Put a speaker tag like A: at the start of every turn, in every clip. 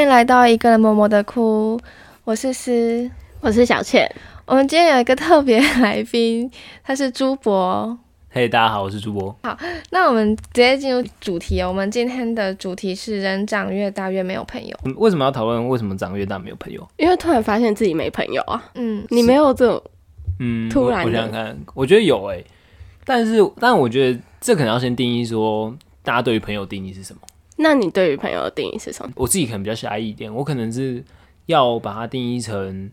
A: 迎来到一个人默默的哭，我是诗。
B: 我是小倩，
A: 我们今天有一个特别来宾，他是朱博。
C: 嘿、大家好，我是朱博。
A: 那我们直接进入主题哦。我们今天的主题是人长越大越没有朋友。
C: 嗯为什么要讨论为什么长越大没有朋友？
B: 因为突然发现自己没朋友啊，
A: 嗯，
B: 你没有这种，
C: 嗯，
B: 突然
C: 我我
B: 的
C: 想想看，我觉得有诶、但是但我觉得这可能要先定义说大家对于朋友定义是什么。
B: 那你对于朋友的定义是什么？
C: 我自己可能比较狭义一点，我可能是要把它定义成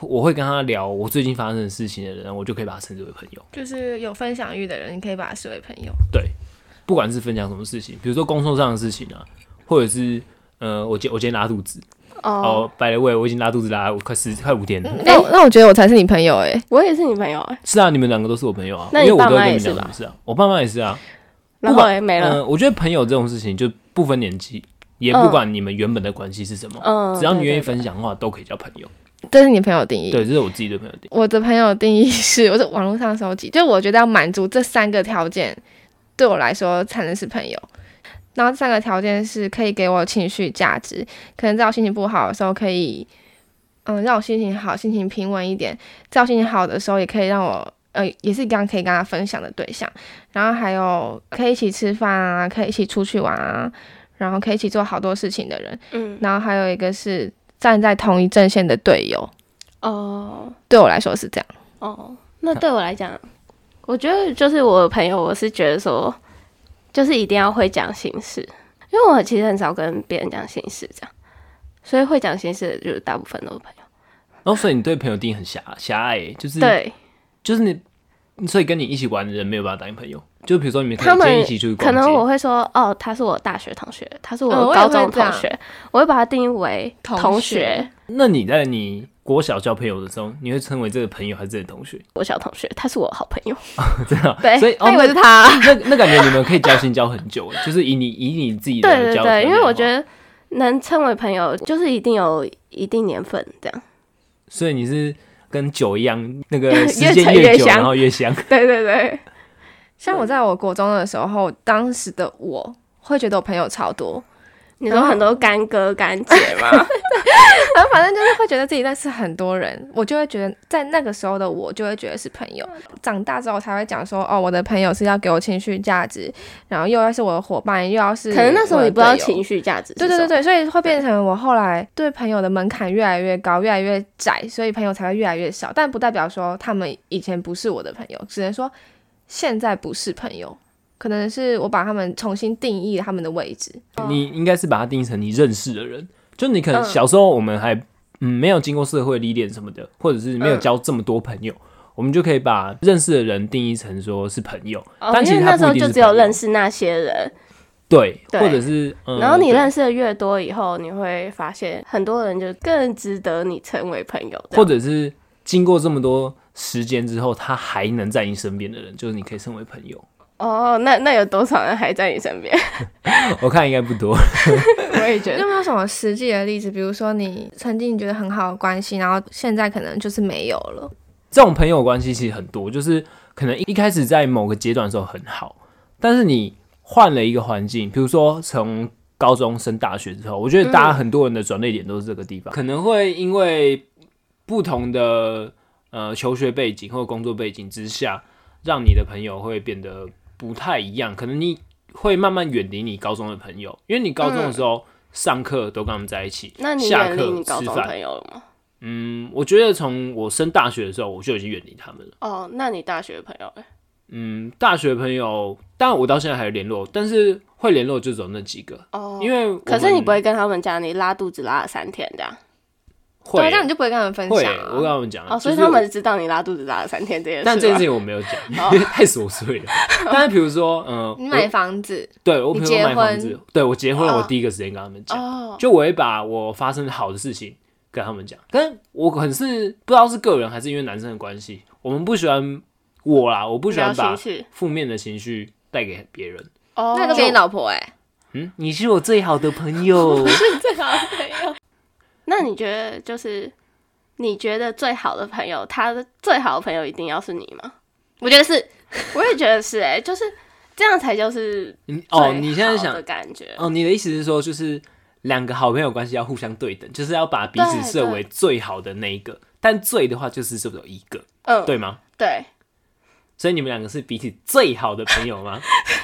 C: 我会跟他聊我最近发生的事情的人，我就可以把他称之为朋友。
A: 就是有分享欲的人，你可以把他视为朋友。
C: 不管是分享什么事情，比如说工作上的事情啊，或者是呃，我今我今天拉肚子，
B: 哦，嗯
C: 哦，by the way，我已经拉肚子拉了快十快五天了。
A: 那我那我觉得我才是你朋友哎、
B: 我也是你朋友啊，
C: 是啊，你们两个都是我朋友啊，
B: 那你
C: 因为我
B: 爸
C: 都
B: 妈
C: 会跟
B: 也
C: 你们
B: 是
C: 讲
B: 吧
C: 什么事啊，我爸妈也是啊。
B: 然后也没了，
C: 嗯，我觉得朋友这种事情就不分年纪，也
B: 嗯
C: 不管你们原本的关系是什么，
B: 嗯，
C: 呃只要你
B: 对
C: 愿意
B: 对
C: 分享的话，都可以叫朋友。
A: 这是你朋友的定义。
C: 对，这是我自己对朋友的定义。
A: 我的朋友的定义是，我在网络上收集，就我觉得要满足这三个条件，对我来说才能是朋友。然后这三个条件是可以给我情绪价值，可能在我心情不好的时候可以，嗯，让我心情好，心情平稳一点；在我心情好的时候，也可以让我，呃，也是一样可以跟他分享的对象。然后还有可以一起吃饭啊，可以一起出去玩啊，然后可以一起做好多事情的人。
B: 嗯，
A: 然后还有一个是站在同一阵线的队友，
B: 哦
A: 对我来说是这样。
B: 哦，那对我来讲，我觉得就是我的朋友，我是觉得说，就是一定要会讲心事，因为我其实很少跟别人讲心事这样，所以会讲心事的就是大部分都是朋友，
C: 然后，所以你对朋友定义很狭狭隘欸，就是
B: 对，
C: 就是你，所以跟你一起玩的人没有把他当朋友。就比如说你们可
B: 他
C: 能今天
B: 们
C: 一起出去
B: 可
C: 逛街，
B: 能我会说，哦，他是我大学同学，他是我
A: 嗯我也
B: 高
A: 会
B: 中
A: 这样
B: 同学，我会把他定义为
A: 同
B: 同
A: 学
B: 学，
C: 那你在你国小交朋友的时候，你会称为这个朋友还是这个同学？
B: 我小同学，他是我好朋友，
C: 真的啊，
B: 对，
C: 所以哦
B: 他以，为是他，
C: 那那那感觉你们可以交心交很久欸，就是以你以你自己的
B: 对对
C: 交
B: 对，因为我觉
C: 得，
B: 得能称为朋友，就是一定有一定年份这样，
C: 所以你是跟酒一样，那 个
B: 越
C: 时
B: 陈
C: 间
B: 越
C: 久，
B: 香
C: 然后越香。
B: 对对对，
A: 像我在我国中的时候，当时的我会觉得我朋友超多，
B: 你
A: 然
B: 说
A: 后
B: 很多干哥干姐嘛，
A: 然后反正就是会觉得自己认识很多人，我就会觉得在那个时候的我就会觉得是朋友。长大之后才会讲说，哦，我的朋友是要给我情绪价值，然后又要是我的伙伴，又要是
B: 可能那时候你不知道情
A: 绪。
B: 绪价值，
A: 对对对，对，所以会变成我后来对朋友的门槛越来越高，越来越窄，所以朋友才会越来越少。但不代表说他们以前不是我的朋友，只能说现在不是朋友，可能是我把他们重新定义他们的位置。
C: 你应该是把它定义成你认识的人，就你可能
B: 嗯
C: 小时候我们还嗯没有经过社会历练什么的，或者是没有
A: 嗯
C: 交这么多朋友，我们就可以把认识的人定义成说是朋友，
B: 哦
C: 但其
B: 因为
C: 实
B: 那
C: 他
B: 时
C: 不
B: 候
C: 一定
B: 就是只有
C: 朋友
B: 认识那些人，
C: 对，
B: 对
C: 或者是、嗯、
B: 然后你
C: 对
B: 认识的越多以后，你会发现很多人就更值得你成为朋友，这样
C: 或者是经过这么多时间之后，他还能在你身边的人，就是你可以称为朋友。
B: 哦，那那有多少人还在你身边？
C: 我看应该不 多，
B: 我也觉
A: 你
B: 得
A: 有没有什么实际的例子？比如说你曾经你觉得很好的关系，然后现在可能就是没有了。
C: 这种朋友关系其实很多，就是可能一一开始在某个阶段的时候很好，但是你换了一个环境，比如说从高中升大学之后，我觉得大家很多人的转捩点都是这个地
B: 嗯
C: 方，可能会因为不同的呃求学背景或工作背景之下，让你的朋友会变得不太一样，可能你会慢慢远离你高中的朋友，因为你高中的时候上课都跟他们在一起，
B: 嗯那你
C: 下
B: 远离
C: 课
B: 你高
C: 吃
B: 中
C: 饭，
B: 朋友了吗？
C: 嗯，我觉得从我升大学的时候，我就已经远离他们了。
B: 哦，那你大学朋友嘞？
C: 嗯，大学朋友，当然我到现在还有联络，但是会联络就只有那几个，
B: 哦，
C: 因为我
B: 可是
C: 们
B: 你不会跟他们讲你拉肚子拉了三天这样
C: 会
A: 对，这样你就不会跟他们分
C: 会，
A: 享、
C: 我跟
A: 啊。
C: 他们讲啊，
B: 哦，所以
C: 就是
B: 他们知道你拉肚子拉了三天这件事吗。
C: 但这件事情我没有讲，因为太琐碎了。但是比如说，嗯，
A: 你买
C: 我
A: 房子，
C: 对我比
A: 你
C: 如
A: 结
C: 说买房
A: 婚
C: 子，对我结婚了，
B: 哦
C: 我第一个时间跟他们讲，
B: 哦，
C: 就我会把我发生好的事情跟他们讲，但我很是不知道是个人还是因为男生的关系，我们不喜欢我啦，我不喜欢
B: 聊心
C: 把
B: 事
C: 负面的情绪带给别人。
B: 哦，
A: 那都给你老婆哎、
C: 嗯，你是我最好的朋友。
B: 最好的朋友。那你觉得就是你觉得最好的朋友，他的最好的朋友一定要是你吗？
A: 我觉得是
B: 我也觉得是哎、就是这样才就是
C: 你哦，
B: 最
C: 你现在
B: 好
C: 想
B: 的感觉
C: 哦哦，你的意思是说，就是两个好朋友关系要互相对等，就是要把彼此
B: 对
C: 设为最好的那一个。但最的话就是只有一个，
B: 嗯，
C: 对吗？
B: 对，
C: 所以你们两个是彼此最好的朋友吗？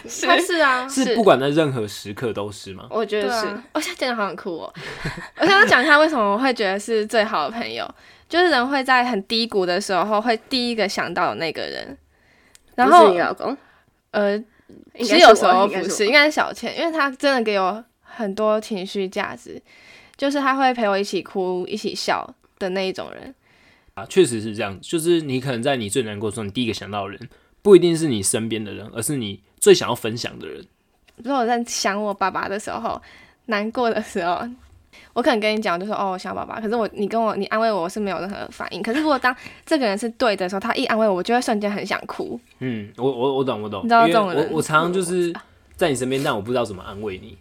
B: 是
A: 他是啊，
C: 是不管在任何时刻都是吗？
B: 我觉
A: 对
B: 得是，
A: 啊，我现在讲的好想哭哦。 我想要讲一下为什么我会觉得是最好的朋友，就是人会在很低谷的时候会第一个想到的那个人。然
B: 不是
A: 后
B: 你老公，
A: 呃，
B: 应
A: 其实
B: 该是我
A: 有时候
B: 应该
A: 不
B: 我嗯
A: 是，应该是小倩，因为她真的给我很多情绪价值，就是她会陪我一起哭、一起笑的那一种人。
C: 啊，确实是这样，就是你可能在你最难过的时候，你第一个想到的人，不一定是你身边的人，而是你最想要分享的人。
A: 如果我在想我爸爸的时候，难过的时候，我可能跟你讲，就说哦，我想爸爸。可是我，你跟我，你安慰我，我是没有任何反应。可是如果当这个人是对的时候，他一安慰我，我就会瞬间很想哭。
C: 嗯，我我我懂我懂，
A: 你知道
C: 因为
A: 这种人
C: 我我常常就是在你身边，但我不知道怎么安慰你。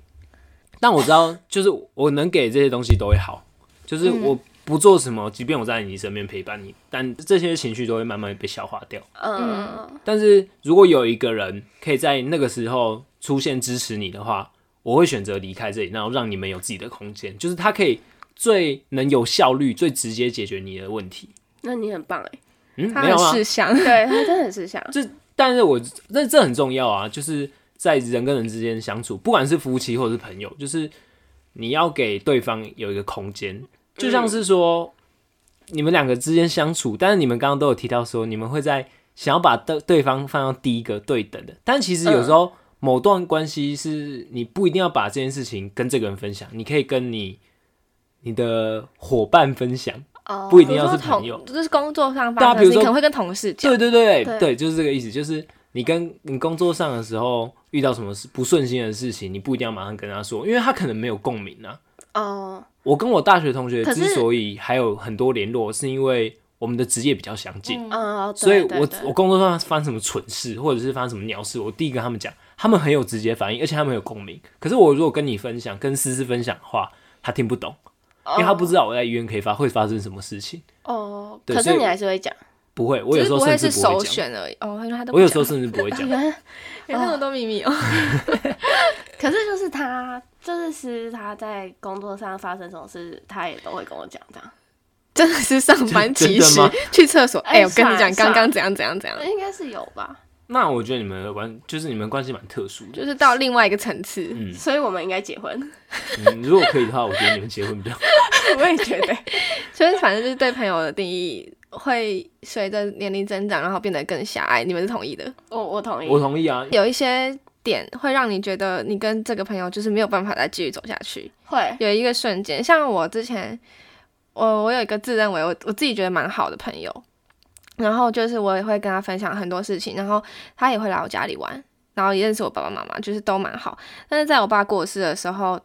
C: 但我知道，就是我能给这些东西都会好，就是
A: 嗯
C: 我不做什么，即便我在你身边陪伴你，但这些情绪都会慢慢被消化掉。
B: 嗯，
C: 但是如果有一个人可以在那个时候出现支持你的话，我会选择离开这里，然后让你们有自己的空间，就是他可以最能有效率、最直接解决你的问题。
B: 那你很棒哎，
C: 嗯，
A: 他
C: 没有
A: 很
C: 啊，
A: 识相，
B: 对他真的很识相，
C: 但是我那这很重要啊，就是在人跟人之间相处，不管是夫妻或者是朋友，就是你要给对方有一个空间，就像是说、你们两个之间相处，但是你们刚刚都有提到说你们会在想要把对对方放到第一个对等的，但其实有时候某段关系是你不一定要把这件事情跟这个人分享，你可以跟你你的伙伴分享，
B: 哦
C: 不一定要是朋友
A: 同，就是工作上
C: 对啊
A: 发生的
C: 比如
A: 事情，
C: 说
A: 可能会跟同事讲。
C: 对对对
B: 对
C: 对，就是这个意思。就是你跟你工作上的时候遇到什么事不顺心的事情，你不一定要马上跟他说，因为他可能没有共鸣啊。
B: 哦，
C: 我跟我大学同学
B: 可
C: 之
B: 是
C: 所以还有很多联络，是因为我们的职业比较相近，
A: 嗯
B: 嗯，
C: 所以
B: 对
C: 我
B: 对
C: 我工作上发生什么蠢事，或者是发生什么鸟事，我第一个跟他们讲，他们很有直接反应，而且他们有共鸣。可是我如果跟你分享，跟思思分享的话，他听不懂，
A: 哦
C: 因为他不知道我在医院可以发会发生什么事情。
B: 哦，
C: 对
B: 可
C: 所
B: 是
C: 以
B: 你还是会 讲，
C: 不会，我
A: 就
C: 有
A: 是
C: 时候
A: 不
C: 甚
A: 会
C: 至
A: 是
C: 不会
A: 首
C: 讲，
A: 选而已。哦，因为他都
C: 我有时候
A: 候
C: 甚至不会讲。
A: 有那么多秘密哦。
B: 可是就是他，就是是他在工作上发生什么事，他也都会跟我讲这样。
A: 真的是上班
C: 真
A: 其
C: 真的
A: 实
C: 吗
A: 去厕所，哎、
B: 哎
A: 我跟你
B: 算
A: 讲刚
B: 了，算
A: 刚
B: 了
A: 怎样怎样怎
C: 嗯
A: 样，
B: 应该是有吧，
C: 那我觉得你们的关就是你们关系蛮特殊的。
A: 就是到另外一个层次。
C: 嗯，
B: 所以我们应该结婚。
C: 嗯如果可以的话，我觉得你们结 婚比较好。
B: 我也觉 得，
A: 所以反正就是对朋友的定义会随着年龄增长，然后变得更狭隘。你们是同意的？
B: 我我同意。
C: 我同意啊，
A: 有一些点会让你觉得你跟这个朋友就是没有办法再继续走下去。
B: 会，
A: 有一个瞬间，像我之前，我我有一个自认为我我自己觉得蛮好的朋友，然后就是我也会跟他分享很多事情，然后他也会来我家里玩，然后也认识我爸爸妈妈，就是都蛮好。但是在我爸过世的时候，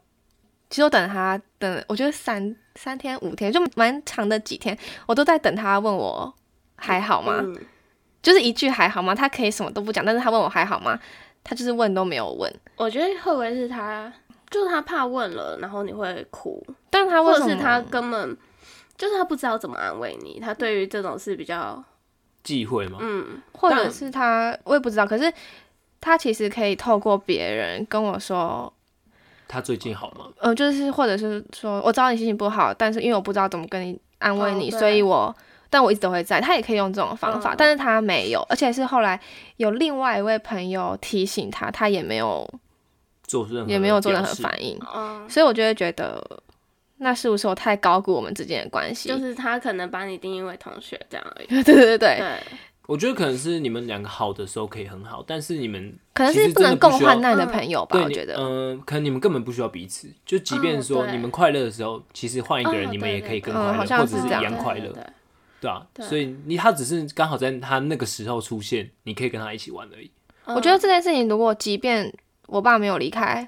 A: 其实我等他等了，我觉得三三天五天就蛮长的几天，我都在等他问我还好吗？
B: 嗯，
A: 就是一句还好吗？他可以什么都不讲，但是他问我还好吗？他就是问都没有问。
B: 我觉得会不会是他，就是他怕问了，然后你会哭，
A: 但是他
B: 或
A: 为
B: 者
A: 什么？
B: 是他根本就是他不知道怎么安慰你，他对于这种事比较，
C: 忌讳嘛。
B: 嗯，
A: 或者
B: 但
A: 是他，我也不知道。可是他其实可以透过别人跟我说，
C: 他最近好吗？
A: 呃，就是或者是说，我知道你心情不好，但是因为我不知道怎么跟你安慰
B: 哦
A: 你，
B: 对
A: 所以我，但我一直都会在。他也可以用这种方法，
B: 嗯
A: 但是他没有，而且是后来有另外一位朋友提醒他，他也没有，
C: 做任何
A: 也没有做任何
C: 表示
A: 反应。
C: 哦
B: 嗯，
A: 所以我就会觉得，那是不是我太高估我们之间的关系？
B: 就是他可能把你定义为同学这样而已。
A: 对对对对，
B: 对，
C: 我觉得可能是你们两个好的时候可以很好，但是你们
A: 可能
C: 其
A: 是
C: 实
A: 不
C: 真的
A: 能
C: 不
A: 共
C: 需要
A: 患难的
B: 嗯
A: 朋友吧，
C: 对
A: 我
C: 你
A: 觉得。哦
C: 嗯、可能你们根本不需要彼此。就即便
B: 嗯
C: 说
B: 对
C: 你们快乐的时候，其实换一个人，
B: 哦
C: 你们也可以更
A: 对对
C: 快
A: 嗯
C: 乐，
A: 好像
C: 或
A: 是
C: 者是
A: 这样
C: 一样快
B: 对
C: 乐，
B: 对对
C: 对啊。
B: 对
C: 所以你他只是刚好在他那个时候出现，你可以跟他一起玩而已。
A: 我
B: 嗯
A: 觉得这件事情，如果即便我爸没有离开，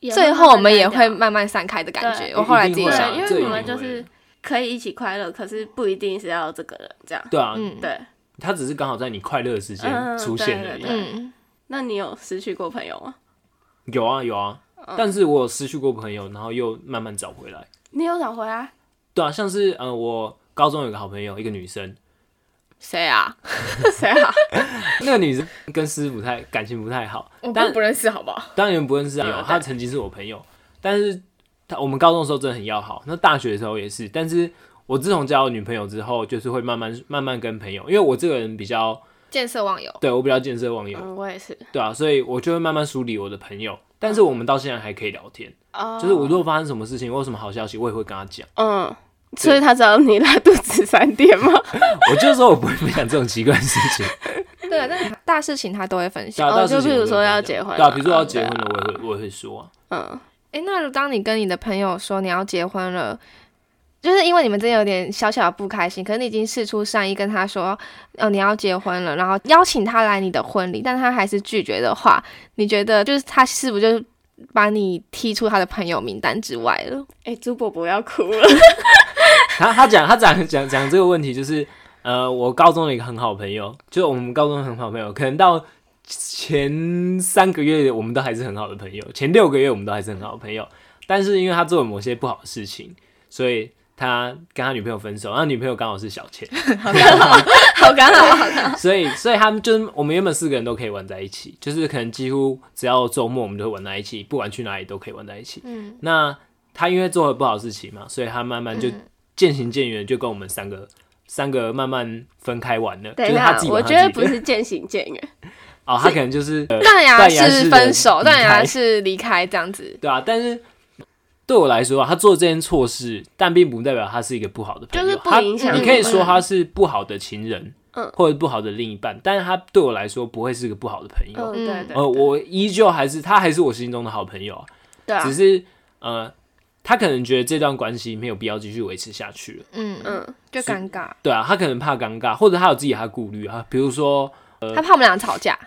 B: 也会
A: 最
B: 慢
A: 后我
B: 慢
A: 们也
B: 聊
A: 会慢慢散开的感觉。
B: 对
A: 我后来自己
C: 一定会
A: 想
C: 啊
B: 对，，因为
C: 这
B: 你
C: 一
B: 们
C: 定
B: 就
C: 会
B: 是可以一起快乐，可是不一定是要这个人这样。
C: 对啊，
A: 嗯
B: 对，
C: 他只是刚好在你快乐的时间
B: 嗯
C: 出现
B: 对
C: 而已。
B: 对对
A: 嗯，
B: 那你有失去过朋友吗？
C: 有啊有啊，
B: 嗯
C: 但是我有失去过朋友，然后又慢慢找回来。
B: 你有找回来？
C: 对啊，像是呃，我高中有个好朋友，一个 女生，
A: 谁啊？
B: 谁啊？
C: 那个女生跟师傅太感情不太好，
A: 我
C: 但
A: 不认识，好不好？
C: 当然不认识
B: 对啊
C: 啊，她曾经是我朋友，但是他我们高中的时候真的很要好，那大学的时候也是。但是我自从交了女朋友之后，就是会慢慢慢慢跟朋友，因为我这个人比较
A: 见色忘友，
C: 对我比较见色忘友，
B: 嗯，我也是。
C: 对啊，所以我就会慢慢梳理我的朋友。但是我们到现在还可以聊天，
B: 哦
C: 就是我如果发生什么事情，我有什么好消息，我也会跟他讲。
B: 嗯，所以他知道你拉肚子三天 吗？
C: 我就是说我不会分享这种奇怪的事情，
A: 对啊，但是大事情他都会分
C: 对
A: 享。
C: 啊，
B: 哦
C: 到时候
B: 就比如说
C: 我会
B: 要
C: 跟他
B: 结婚
C: 讲对啊，
B: 了
C: 比如说要
B: 对
C: 结婚
B: 啊
C: 了，我也会我也会说啊，
B: 嗯，
A: 诶，那如当你跟你的朋友说你要结婚了，就是因为你们之间有点小小的不开心，可是你已经事出善意跟他说，呃，你要结婚了，然后邀请他来你的婚礼，但他还是拒绝的话，你觉得就是他是不是就是把你踢出他的朋友名单之外了？
B: 哎、朱伯伯要哭了。
C: 他他讲他讲讲讲这个问题，就是呃，我高中的一个很好的朋友，就是我们高中的很好朋友，可能到前三个月我们都还是很好的朋友，前六个月我们都还是很好的朋友，但是因为他做了某些不好的事情，所以他跟他女朋友分手，然后女朋友刚好是小倩，
B: 好刚好，
C: 所以所以他们就是我们原本四个人都可以玩在一起，就是可能几乎只要周末我们都会玩在一起，不管去哪里都可以玩在一起。
A: 嗯，
C: 那他因为做了不好的事情嘛，所以他慢
B: 嗯
C: 慢就
A: 嗯
C: 渐行渐远，就跟我们三个三个慢慢分开玩了。就
B: 等
C: 是
B: 一
C: 他
B: 下
C: 自己，
B: 我
C: 玩
B: 觉
C: 他
B: 得
C: 自己
B: 不
C: 的
B: 是渐行渐远，
C: 哦，他可能就是、呃
A: 断崖
C: 断
B: 啊
C: 崖式
A: 式
C: 的
A: 啊分手，
C: 离
A: 断崖
C: 开
A: 式离开这样子，
C: 对啊，但是对我来说啊，他做这件错事，但并不代表他是一个不好的朋友，
B: 就是不
C: 他
B: 影响
C: 你
A: 你
C: 可以
A: 们
C: 说他是不好的情人，
B: 嗯
C: 或者不好的另一半，但是他对我来说不会是个不好的朋友。
B: 嗯，对对对，
C: 呃，我依旧还是他还是我心中的好朋友啊，
B: 对啊
C: 只，是呃，他可能觉得这段关系没有必要继续维持下去了。
A: 嗯嗯，
B: 嗯，
A: 就尴尬，
C: 对啊，他可能怕尴尬，或者他有自己他的顾虑啊，比如说，
A: 他怕我们俩吵架，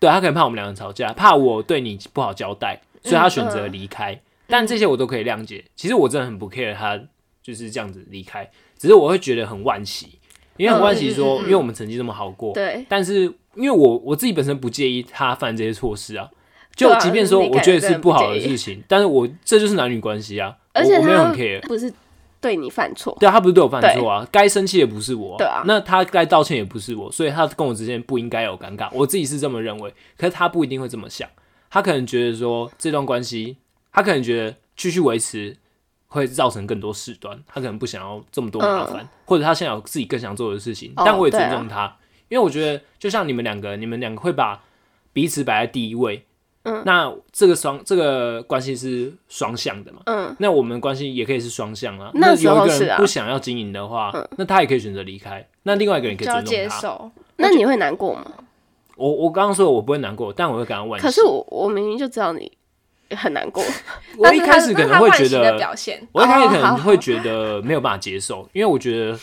C: 对他可能怕我们两个吵架，怕我对你不好交代，所以
B: 嗯
C: 他选择离开。但这些我都可以谅解。其实我真的很不 care 他就是这样子离开，只是我会觉得很惋惜，因为很惋
B: 嗯
C: 惜说，因为我们成绩这么好过，
B: 对，
C: 但是因为我我自己本身不介意他犯这些错事啊。就
B: 对啊
C: 即便说
B: 你
C: 我
B: 感
C: 觉得
B: 觉
C: 是不好
B: 不
C: 的
B: 介意
C: 事情，但是我这就是男女关系啊，
B: 而且
C: 我我没有
B: 他
C: 很 care。
B: 不是对你犯错，
C: 对啊，他不是对我犯错啊，该生气的不是我、
B: 对啊
C: 那他该道歉也不是我，所以他跟我之间不应该有尴尬，我自己是这么认为，可是他不一定会这么想，他可能觉得说这段关系，他可能觉得继续维持会造成更多事端，他可能不想要这么多麻烦，或者他现在有自己更想做的事情，
B: 嗯哦
C: 但我也尊
B: 对啊
C: 重他，因为我觉得就像你们两个，你们两个会把彼此摆在第一位，
B: 嗯，
C: 那这个双这个关系是双向的嘛，
B: 嗯，
C: 那我们关系也可以是双向啊。
B: 那时
C: 有
B: 候
C: 一个
B: 是
C: 人
B: 啊
C: 不想要经营的话，
B: 嗯
C: 那他也可以选择离开。那另外一个人可
A: 就
C: 以
A: 要
C: 尊
A: 接
C: 重他。
A: 受，
B: 那你会难过吗？
C: 我我刚刚说我不会难过，但我会感到惋惜。
B: 可是我我明明就知道你很难过，
C: 我
A: 但
C: 一
A: 是
C: 开
A: 他但
C: 始可
A: 是
C: 能
A: 他
C: 会
A: 惋
C: 觉
A: 惜的
C: 得，
A: 表现，
C: 我一开始
B: 哦
C: 可能
B: 好
C: 会觉得没有办法接受，因为我觉得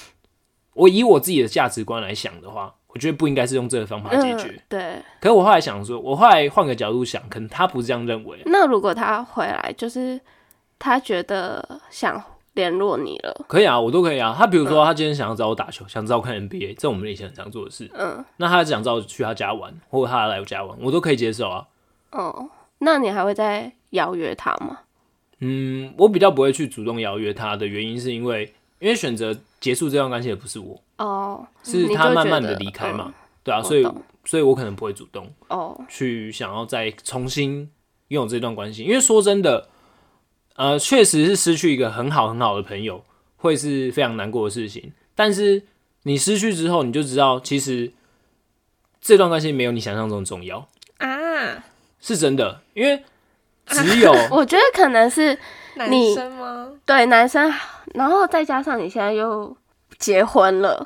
C: 我以我自己的价值观来想的话，我觉得不应该是用这个方法解决。
B: 嗯，对。
C: 可是我后来想说，我后来换个角度想，可能他不是这样认为啊。
B: 那如果他回来，就是他觉得想联络你了，
C: 可以啊，我都可以啊。他比如说，他今天想要找我打球，想找我看 NBA，这我们以前很常做的事。
B: 嗯，
C: 那他想找我去他家玩，或者他来我家玩，我都可以接受啊。
B: 哦，那你还会再邀约他吗？
C: 嗯，我比较不会去主动邀约他的原因，是因为因为选择结束这段关系的不是我，
B: 哦，
C: 是
B: 你
C: 他
B: 就
C: 慢
B: 觉
C: 慢的
B: 得
C: 离开嘛，
B: 嗯
C: 对啊，
B: 我
C: 所以
B: 懂
C: 所以我可能不会主动
B: 哦，
C: 去想要再重新拥有这段关系，因为说真的，呃，确实是失去一个很好很好的朋友，会是非常难过的事情。但是你失去之后，你就知道其实这段关系没有你想象中的重要，
A: 啊，
C: 是真的，因为 只有
B: 哦我觉得可能是
A: 男
B: 你
A: 生吗？
B: 对男生，然后再加上你现在又结婚了，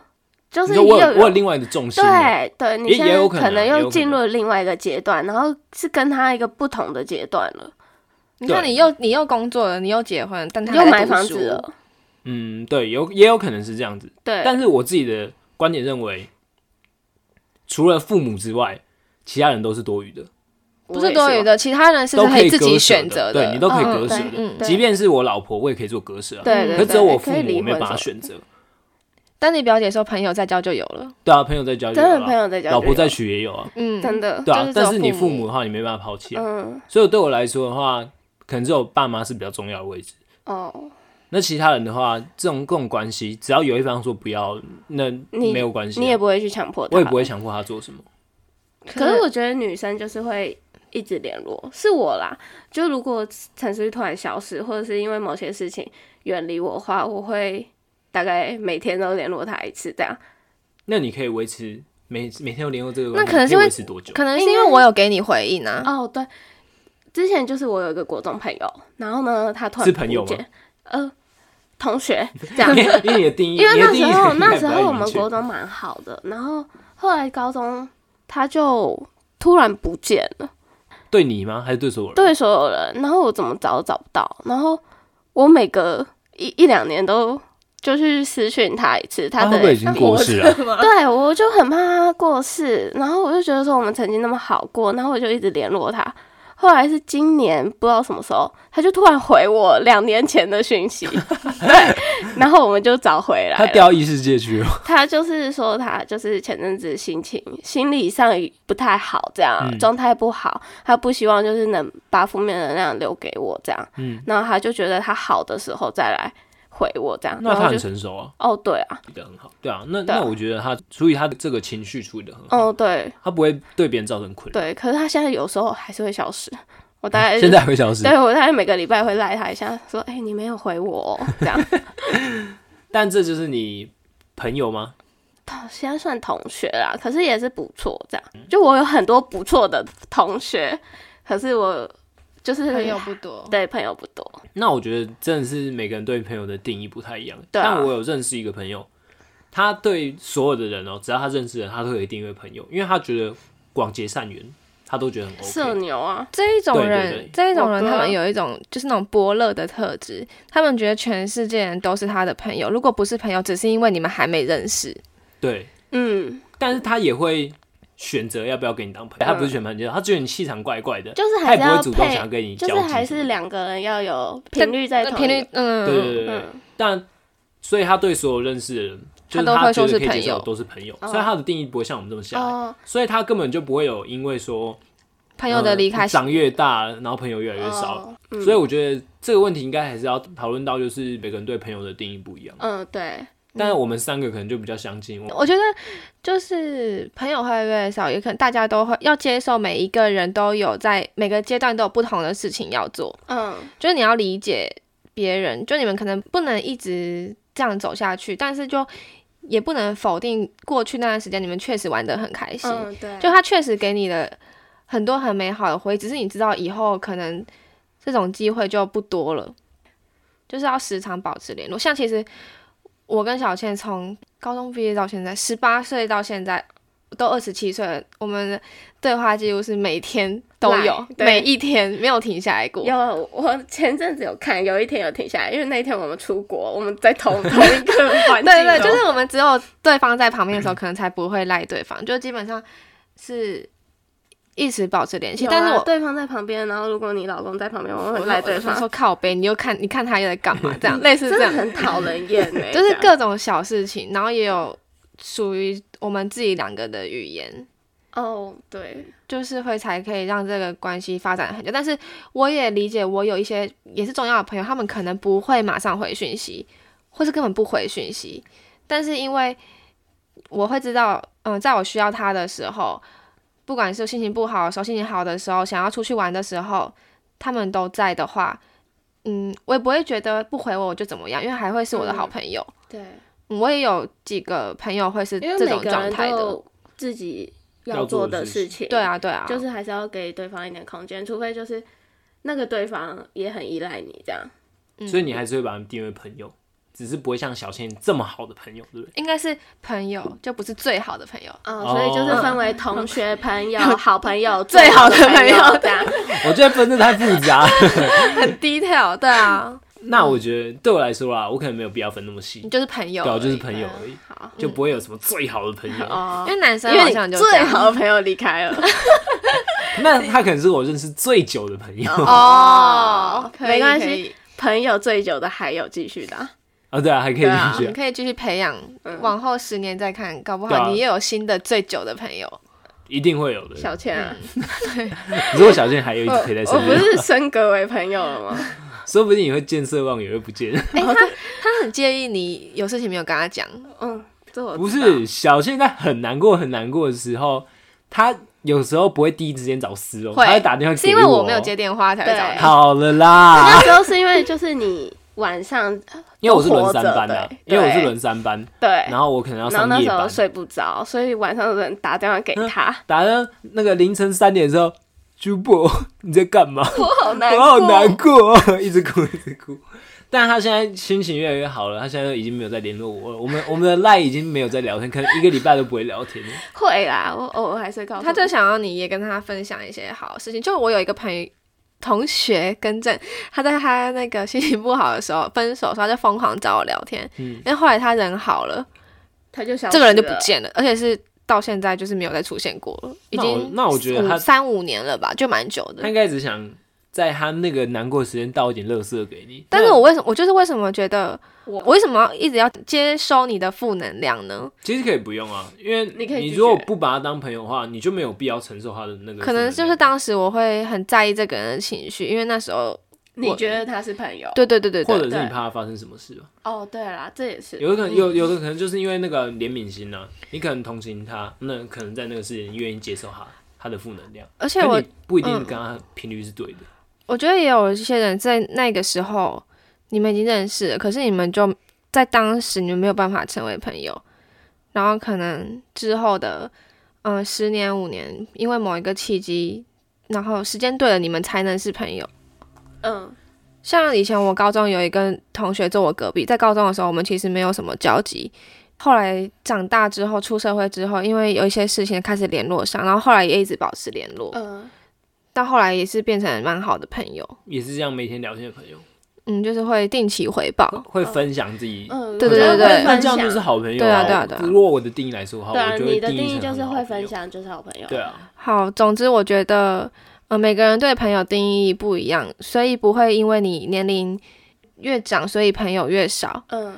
B: 就
C: 你
B: 是
C: 说
B: 又
C: 我有我有
B: 有
C: 另外的重心了，
B: 对对，你
C: 也
B: 现
C: 也有
B: 在
C: 可能啊
B: 可能
C: 也有可
B: 又
C: 能
B: 进入了另外一个阶段，然后是跟他一个不同的阶段了，
A: 你看
C: 对
A: 你又你又工作了，你又结婚，但他
B: 又
A: 还在
B: 买
A: 读
B: 房
A: 书
B: 子了，
C: 嗯，对，有也有可能是这样子，
B: 对，
C: 但是我自己的观点认为，除了父母之外，其他人都是多余的，
A: 不是多余
B: 的。
A: 的，其他人是
C: 都
A: 可以
C: 以
A: 自
C: 割舍
A: 己选择
C: 对你都可以割舍
B: 嗯
C: 的。
A: 嗯，
B: 对
C: 即便是我老婆，我也可以做割舍啊。
B: 对
A: 嗯
B: 对，
C: 可是只有
B: 对
C: 我父
B: 可以
C: 母，
B: 离
C: 我没有
B: 婚
C: 办法
B: 什么
C: 选择。
A: 但你表姐说朋友在教就有了，
C: 对啊，朋友在交
B: 的，
C: 就
B: 真
C: 有
B: 的朋
C: 啦，
B: 友在交，
C: 老婆在，娶也有啊。
A: 嗯，
B: 真的，
A: 就
C: 对啊
A: 是，只有
C: 但是你
A: 父
C: 父
A: 母
C: 母的话，你没办法抛弃啊。
B: 嗯，
C: 所以对我来说的话，可能只有爸妈是比较重要的位置。
B: 哦，
C: 那其他人的话，这种各种关系，只要有一方说不要，那
B: 你
C: 没有关系啊。
B: 你也不会去强迫他，
C: 我也不会强迫他做什么。
B: 可是我觉得女生就是会一直联络。是我啦，就如果陈思突然消失，或者是因为某些事情远离我的话，我会大概每天都联络他一次这样。
C: 那你可以维持每每天都联络这个
A: 那
C: 关系，
A: 可能是因为
C: 维持多久？
A: 可能是因为我有给你回应啊，
B: 哦，对，之前就是我有一个国中朋友，然后呢，他突然
C: 是朋友
B: 不见
C: 吗，
B: 呃，同学这样
C: 因为你的定义，
B: 因为那时候
C: 你的定义
B: 那时
C: 应该不
B: 候
C: 太
B: 我们
C: 明确
B: 国中蛮好的，然后后来高中他就突然不见了，
C: 对你吗？还是对所有人？啊
B: 对所有人，然后我怎么找都找不到，然后我每隔一一两年都就去私讯他一次，他
C: 他
B: 的、
C: 会不会已经过世了？
B: 对，啊我就很怕他过世，然后我就觉得说我们曾经那么好过，然后我就一直联络他。后来是今年不知道什么时候，他就突然回我两年前的讯 息，对，然后我们就找回来
C: 他
B: 了。
C: 掉异世界去了，
B: 他就是说他就是前阵子心情心理上不太好，这样
C: 嗯
B: 状态、不好，他不希望就是能把负面能量留给我这样，
C: 嗯，
B: 然后他就觉得他好的时候再来回我这样，
C: 那
B: 然
C: 他
B: 后
C: 很
B: 就
C: 成熟啊，
B: 哦对啊，
C: 理得很好，对啊，那
B: 对啊
C: 那我觉得他处理他的这个情绪处理的很好，
B: 哦对，
C: 他不会对别人造成困扰，
B: 对，可是他现在有时候还是会消失。我大概、
C: 现在会消失，
B: 对我大概每个礼拜会赖他一下，说：“哎、你没有回我、哦。”这 样，
C: 但这就是你朋友吗？
B: 哦现在算同学啦，可是也是不错。这样，就我有很多不错的同学，可是我就是
A: 朋友不多。
B: 对朋友不多。
C: 那我觉得真的是每个人对朋友的定义不太一样。
B: 对啊
C: 但我有认识一个朋友，他对所有的人哦、只要他认识的人，他都可以定位朋友，因为他觉得广结善缘，他都觉得很
B: 社
C: OK。
B: 牛啊，
A: 这一种
C: 对对
A: 人，
C: 对
A: 这一种人，
B: 我哥
A: 他
B: 啊
A: 们有一种就是那种伯乐的特质，他们觉得全世界人都是他的朋友，如果不是朋友，只是因为你们还没认识。
C: 对，
B: 嗯，
C: 但是他也会选择要不要跟你当朋友，他不是选朋友，他觉得你气场怪怪的，
B: 嗯就是
C: 他
B: 还
C: 也
B: 是
C: 不会
B: 要
C: 主动想要
B: 配，
C: 跟你交
B: 就是
C: 际什么的。
B: 还是两个人要有频率在
A: 那
B: 同
A: 频
B: 一
A: 率
B: 个，
A: 嗯，
C: 对对对对，
B: 嗯，
C: 但所以他对所有认识的人，就是
A: 他都会
C: 觉
A: 说
C: 得
A: 是
C: 可以接受
A: 朋友
C: 都是朋友，
B: 哦
C: 所以他的定义不会像我们这么狭隘，
B: 哦，
C: 所以他根本就不会有因为说
A: 朋友的离开
C: 呃，长越大，然后朋友越来越少，
B: 哦嗯
C: 所以我觉得这个问题应该还是要讨论到，就是每个人对朋友的定义不一样。
B: 嗯，对，
C: 但是我们三个可能就比较相近，我
A: 我觉得就是朋友会越来越少，也可能大家都会要接受每一个人都有在每个阶段都有不同的事情要做，
B: 嗯，
A: 就是你要理解别人，就你们可能不能一直这样走下去，但是就也不能否定过去那段时间你们确实玩得很开心，
B: 嗯，对，
A: 就他确实给你的很多很美好的回忆，只是你知道以后可能这种机会就不多了，就是要时常保持联络。像其实我跟小倩从高中毕业到现在，十八岁到现在都二十七岁了，我们的对话记录是每天都有
B: 来，对
A: 每一天没有停下来过。
B: 有，我前阵子有看，有一天有停下来，因为那一天我们出国，我们在同同一个 环境中，
A: 对对，就是我们只有对方在旁边的时候，可能才不会赖对方，就基本上是一直保持联系。
B: 有啊
A: 但是我
B: 对方在旁边，然后如果你老公在旁边，我
A: 我
B: 会
A: 就
B: 赖对
A: 我就
B: 方
A: 说，靠背，你又看你看他又在干嘛？ 这样类似
B: 真
A: 这
B: 的
A: 样，
B: 很讨人 厌哎，
A: 就是
B: 这
A: 各
B: 样
A: 种小事情，然后也有属于我们自己两个的语言，
B: 哦，对，
A: 就是会才可以让这个关系发展得很久。但是我也理解，我有一些也是重要的朋友，他们可能不会马上回讯息，或是根本不回讯息，但是因为我会知道，嗯，在我需要他的时候，不管是心情不好的时候、心情好的时候、想要出去玩的时候，他们都在的话，嗯，我也不会觉得不回我我就怎么样，因为还会是我的好朋友。
B: 对，
A: 嗯我也有几个朋友会是
B: 因为
A: 这
B: 每
A: 种
B: 个
A: 状
B: 人都
A: 态的，
B: 有自己
C: 要
B: 要
C: 做
B: 做
C: 的
B: 的
C: 事
B: 事情，
A: 对，啊，对啊，
B: 就是还是要给对方一点空间，除非就是那个对方也很依赖你这样，
A: 嗯
C: 所以你还是会把他们定为朋友，只是不会像小倩这么好的朋友，对不对？
A: 应该是朋友，就不是最好的朋友。
B: 哦，
C: 哦
B: 所以就是分为同学、朋友、好朋友、
A: 最好的
B: 朋
A: 朋友
B: 这样，
C: 我觉得分的太复杂。
A: 很 detail，对啊，
C: 那我觉得对我来说啦，啊我可能没有必要分那么
A: 你
C: 细，
A: 就是朋友
C: 对
A: 而
C: 啊，
A: 已，
C: 就是朋友而已，
B: 嗯
C: 嗯
B: 好
C: 就不会有什么最好的朋友。
B: 哦
A: 因。为男生
B: 因
A: 好
B: 为
A: 像
B: 你
A: 就
B: 最
A: 这样
B: 好的朋友离开 了，
C: 那他可能是我认识最久的朋友
A: 哦，可以
B: 没关系，
A: 可以
B: 朋友最久的还有继续的啊、
C: 啊，对啊，还可以
B: 对啊
C: 继
A: 你
C: 续。
A: 可以继续培养，
B: 嗯
A: 往后十年再看，搞不
C: 对啊
A: 好你又有新的最久的朋友。
C: 一定会有的。
B: 小倩、啊，
C: 如果小倩还有一直
B: 我
C: 陪在
B: 我
C: 身
B: 不
C: 边，
B: 是升格为朋友了吗？
C: 说不定你会见色忘友，又不见。
A: 哎，他他很介意你有事情没有跟他讲，
B: 嗯，这我知道
C: 不是小倩在很难过、很难过的时候，她有时候不会第一时间找思哦，
A: 会
C: 他会打电话给
A: 是因为
C: 我
A: 我没有接。电话才会找
B: 对
A: 你。
C: 好了 啦，
B: 那时候是因为就是你晚上
C: 因为我是轮三班的、
B: 都
C: 啊
B: 活着对
C: 因为我是轮三班，
B: 对，
C: 然后我可能要
B: 然后
C: 上
B: 那
C: 夜
B: 时候
C: 班。
B: 睡不着，所以晚上有人打电话给他，
C: 打到那个凌晨三点的时候，朱博你在干嘛？
B: 我好难
C: 我
B: 过，
C: 好难过哦，一直哭一直哭。但他现在心情越来越好了，他现在已经没有再联络我了。我们我们的赖已经没有在聊天，可能一个礼拜都不会聊天了。
B: 会啦，我偶尔还是会告诉
A: 他就
B: 你
A: 想要你也跟他分享一些好事情。就我有一个朋友同学更正，他在他那个心情不好的时候，分手的时候他就疯狂找我聊天，
C: 嗯，
A: 但后来他人好了，
B: 他就想
A: 这个人就不见了，而且是到现在就是没有再出现过了，已
C: 那我
A: 经
C: 那我觉得
A: 五
C: 他
A: 三五年了吧，就蛮久
C: 他
A: 的
C: 应。该只想在他那个难过的时间倒一点乐色给你。
A: 但是
C: 那
A: 我为什么我就是为什么觉得
B: 我
A: 我为什么要一直要接收你的负能量呢？
C: 其实可以不用啊，因为
B: 你可以拒绝
C: 如果不把他当朋友的话，你就没有必要承受他的那个。
A: 可能就是，当时我会很在意这个人的情绪，因为那时候
B: 你觉得他是朋友？
A: 对对对对
C: 或
A: 对
C: 者是
B: 对
C: 你怕他发生什么事吧。
B: 哦，对啦，这也是
C: 有的可能有有的可能就是因为那个怜悯心呢、啊，你可能同情他，那可能在那个事情愿意接受他他的负能量，
A: 而且
C: 但
A: 我
C: 你不一定跟他频率是对的。
B: 嗯
A: 我觉得也有一些人在那个时候你们已经认识了，可是你们就在当时你们没有办法成为朋友，然后可能之后的嗯、呃十年五年，因为某一个契机，然后时嗯间对了，你们才能是朋友。
B: 嗯，
A: 像以前我高中有一个同学坐我隔壁，在高中的时候我们其实没有什么交集。后来长大之后，出社会之后，因为有一些事情开始联络上，然后后来也一直保持联络，
B: 嗯，
A: 到后来也是变成蛮好的朋友。
C: 也是这样每天聊天的朋友，
A: 嗯，就是会定期回报。
C: 会分享自己。
B: 哦嗯，
A: 对
B: 我
A: 对
B: 觉得
A: 对
B: 会
A: 对
C: 那
B: 分
C: 这样
B: 享
C: 就是好朋友。
A: 对啊对啊对啊
C: 如果我的定义来说的话，
B: 对啊，
C: 我就会
B: 你的定
C: 义
B: 义
C: 成
B: 就
C: 很
B: 是
C: 好
B: 会
C: 的朋
B: 分
C: 友。
B: 享，就是好朋友。
C: 对，啊，
A: 好，总之我觉得，呃，每个人对朋友定义不一样，所以不会因为你年龄越长，所以朋友越少。
B: 嗯，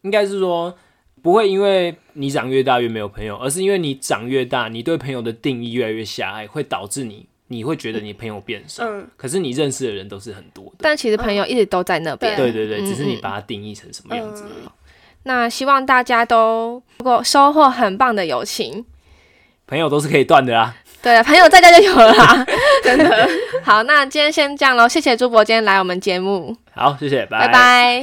C: 应该是说不会因为你长越大越没有朋友，而是因为你长越大，你对朋友的定义越来越狭隘，会导致你你会觉得你朋友变少，
B: 嗯
C: 可是你认识的人都是很多的。
A: 但其实朋友一直都在那边。
C: 对对对，
A: 嗯
C: 只是你
A: 嗯
C: 把它定义成什么样子而已。
A: 那希望大家都能够收获很棒的友情。
C: 朋友都是可以断的啊啦，
A: 对，啊朋友在家就有了啦， 真的。好，那今天先这样喽，谢谢朱博今天来我们节目，
C: 好，谢谢，
A: 拜拜